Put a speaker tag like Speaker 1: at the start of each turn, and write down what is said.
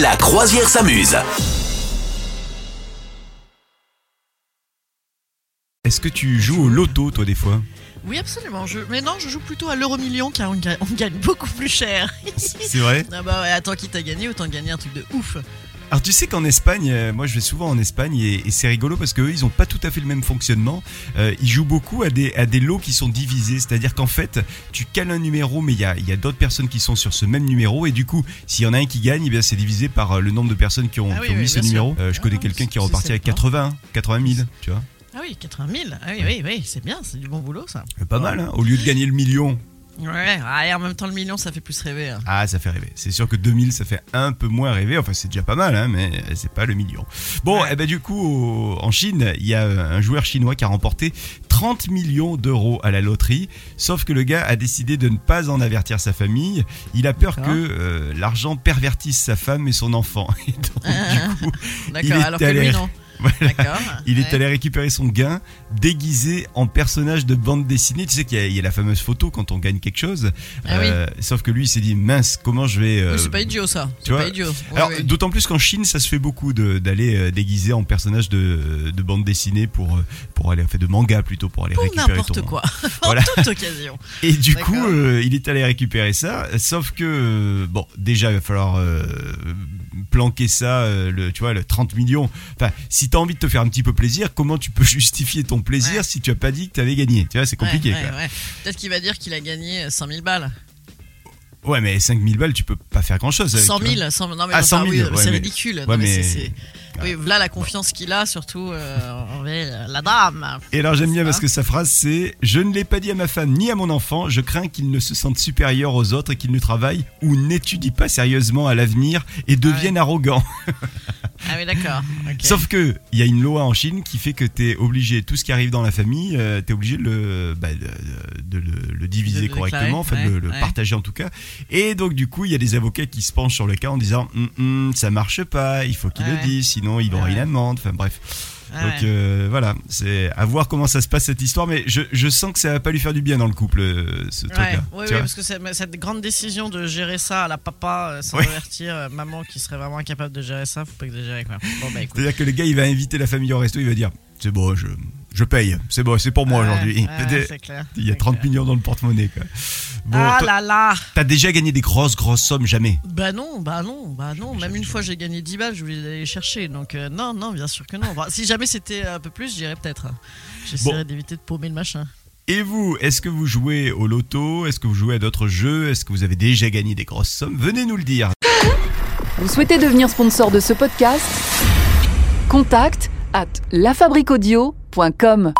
Speaker 1: La croisière s'amuse.
Speaker 2: Est-ce que tu joues au loto, toi, des fois
Speaker 3: Oui, absolument. Je... Mais non, je joue plutôt à l'euro million car on gagne, on gagne beaucoup plus cher.
Speaker 2: C'est vrai
Speaker 3: ah bah ouais, attends, quitte à gagner, autant gagner un truc de ouf.
Speaker 2: Alors, tu sais qu'en Espagne, euh, moi, je vais souvent en Espagne et, et c'est rigolo parce qu'eux, ils n'ont pas tout à fait le même fonctionnement. Euh, ils jouent beaucoup à des, à des lots qui sont divisés. C'est-à-dire qu'en fait, tu cales un numéro, mais il y a, il y a d'autres personnes qui sont sur ce même numéro. Et du coup, s'il y en a un qui gagne, eh bien, c'est divisé par euh, le nombre de personnes qui ont,
Speaker 3: Ah oui,
Speaker 2: qui ont
Speaker 3: oui,
Speaker 2: mis ce
Speaker 3: bien sûr.
Speaker 2: numéro. Euh, je
Speaker 3: Ah,
Speaker 2: connais
Speaker 3: non,
Speaker 2: quelqu'un
Speaker 3: c'est-
Speaker 2: qui est reparti
Speaker 3: c'est
Speaker 2: avec
Speaker 3: sympa.
Speaker 2: 80, 80 000, tu vois.
Speaker 3: Ah oui, 80 000. Ah oui, oui, oui, c'est bien, c'est du bon boulot ça.
Speaker 2: Pas mal, hein Au lieu de gagner le million.
Speaker 3: Ouais, ah, et en même temps, le million, ça fait plus rêver. hein.
Speaker 2: Ah, ça fait rêver. C'est sûr que 2000, ça fait un peu moins rêver. Enfin, c'est déjà pas mal, hein, mais c'est pas le million. Bon,
Speaker 3: Ouais.
Speaker 2: eh ben, du coup, au- en Chine, il y a un joueur chinois qui a remporté 30 millions d'euros à la loterie. Sauf que le gars a décidé de ne pas en avertir sa famille. Il a peur que
Speaker 3: D'accord.
Speaker 2: euh, l'argent pervertisse sa femme et son enfant. Et donc,
Speaker 3: Ah.
Speaker 2: du coup, il
Speaker 3: D'accord,
Speaker 2: est
Speaker 3: alors que
Speaker 2: allé-
Speaker 3: lui, non.
Speaker 2: voilà.
Speaker 3: D'accord.
Speaker 2: Il
Speaker 3: Ouais.
Speaker 2: est allé récupérer son gain déguisé en personnage de bande dessinée. Tu sais qu'il y, a- il y a la fameuse photo quand on gagne quelque chose. Euh,
Speaker 3: Ah oui.
Speaker 2: Sauf que lui, il s'est dit mince, comment je vais. euh,
Speaker 3: Oui, c'est pas idiot ça.
Speaker 2: tu
Speaker 3: C'est pas
Speaker 2: vois,
Speaker 3: idiot. Ouais,
Speaker 2: Alors,
Speaker 3: ouais.
Speaker 2: d'autant plus qu'en Chine, ça se fait beaucoup de- d'aller euh, déguisé en personnage de, de bande dessinée pour, euh, pour aller, en fait, de manga plutôt, pour aller
Speaker 3: Pour
Speaker 2: récupérer
Speaker 3: n'importe
Speaker 2: ton-
Speaker 3: quoi.
Speaker 2: Voilà.
Speaker 3: en toute occasion.
Speaker 2: Et du
Speaker 3: D'accord.
Speaker 2: coup, euh, il est allé récupérer ça. Sauf que, euh, bon, déjà, il va falloir euh, planquer ça, euh, le, tu vois, le 30 millions. Enfin, si t'as envie de te faire un petit peu plaisir, comment tu peux justifier ton plaisir
Speaker 3: Ouais.
Speaker 2: si tu as pas dit que t'avais gagné Tu vois, c'est compliqué.
Speaker 3: Ouais,
Speaker 2: quoi.
Speaker 3: ouais, ouais. Peut-être qu'il va dire qu'il a gagné 100 000 balles.
Speaker 2: Ouais, mais 5000 balles, tu peux pas faire grand chose.
Speaker 3: 100 000, 100 non, mais
Speaker 2: Ah,
Speaker 3: non,
Speaker 2: 100 000,
Speaker 3: bah oui,
Speaker 2: ouais,
Speaker 3: c'est
Speaker 2: mais-
Speaker 3: ridicule.
Speaker 2: ouais,
Speaker 3: non, mais
Speaker 2: mais-
Speaker 3: c'est- c'est- Oui, voilà la confiance qu'il a, surtout euh, envers la dame.
Speaker 2: Et alors j'aime bien
Speaker 3: Ça.
Speaker 2: parce que sa phrase c'est Je ne l'ai pas dit à ma femme ni à mon enfant, je crains qu'ils ne se sentent supérieurs aux autres et qu'ils ne travaillent ou n'étudient pas sérieusement à l'avenir et deviennent arrogants.
Speaker 3: Ah oui, d'accord. ok.
Speaker 2: Sauf que il y a une loi en Chine qui fait que t'es obligé, tout ce qui arrive dans la famille, euh, t'es obligé de le, bah, de- de le- le diviser
Speaker 3: De le
Speaker 2: correctement, enfin
Speaker 3: déclarer,
Speaker 2: de
Speaker 3: ouais,
Speaker 2: le, le
Speaker 3: ouais.
Speaker 2: partager en tout cas. Et donc du coup il y a des avocats qui se penchent sur le cas en disant Hum, hum, ça marche pas, il faut qu'il
Speaker 3: Ouais.
Speaker 2: le dise, sinon il aura
Speaker 3: Ouais.
Speaker 2: une amende, enfin bref.
Speaker 3: Ah
Speaker 2: Donc
Speaker 3: ouais.
Speaker 2: euh, voilà, c'est à voir comment ça se passe cette histoire, mais je, je sens que ça va pas lui faire du bien dans le couple, euh, ce
Speaker 3: Ouais,
Speaker 2: truc-là.
Speaker 3: oui,
Speaker 2: tu
Speaker 3: oui,
Speaker 2: vois.
Speaker 3: parce que c'est- mais cette grande décision de gérer ça à la papa euh, sans
Speaker 2: Ouais.
Speaker 3: avertir euh, maman qui serait vraiment incapable de gérer ça, faut pas exagérer quoi. Bon bah écoute.
Speaker 2: C'est-à-dire que le gars, il va inviter la famille au resto, il va dire C'est bon, je, je paye, c'est bon, c'est pour moi
Speaker 3: Ah Ouais,
Speaker 2: aujourd'hui.
Speaker 3: ouais,
Speaker 2: Peut-être-
Speaker 3: c'est clair.
Speaker 2: il y a
Speaker 3: c'est
Speaker 2: 30
Speaker 3: clair.
Speaker 2: millions dans le porte-monnaie. quoi. Bon,
Speaker 3: ah
Speaker 2: toi,
Speaker 3: là là
Speaker 2: t'as déjà gagné des grosses, grosses sommes, jamais.
Speaker 3: Bah non, bah non, bah non.
Speaker 2: Jamais,
Speaker 3: Même
Speaker 2: jamais,
Speaker 3: une fois j'ai gagné 10 balles, je voulais aller les chercher. Donc euh, non, non, bien sûr que non. Bah, si jamais c'était un peu plus, j'irais peut-être. J'essaierais d'éviter de paumer le machin.
Speaker 2: Et vous, est-ce que vous jouez au loto Est-ce que vous jouez à d'autres jeux Est-ce que vous avez déjà gagné des grosses sommes Venez nous le dire.
Speaker 4: Vous souhaitez devenir sponsor de ce podcast Contact à lafabriquaudio.com.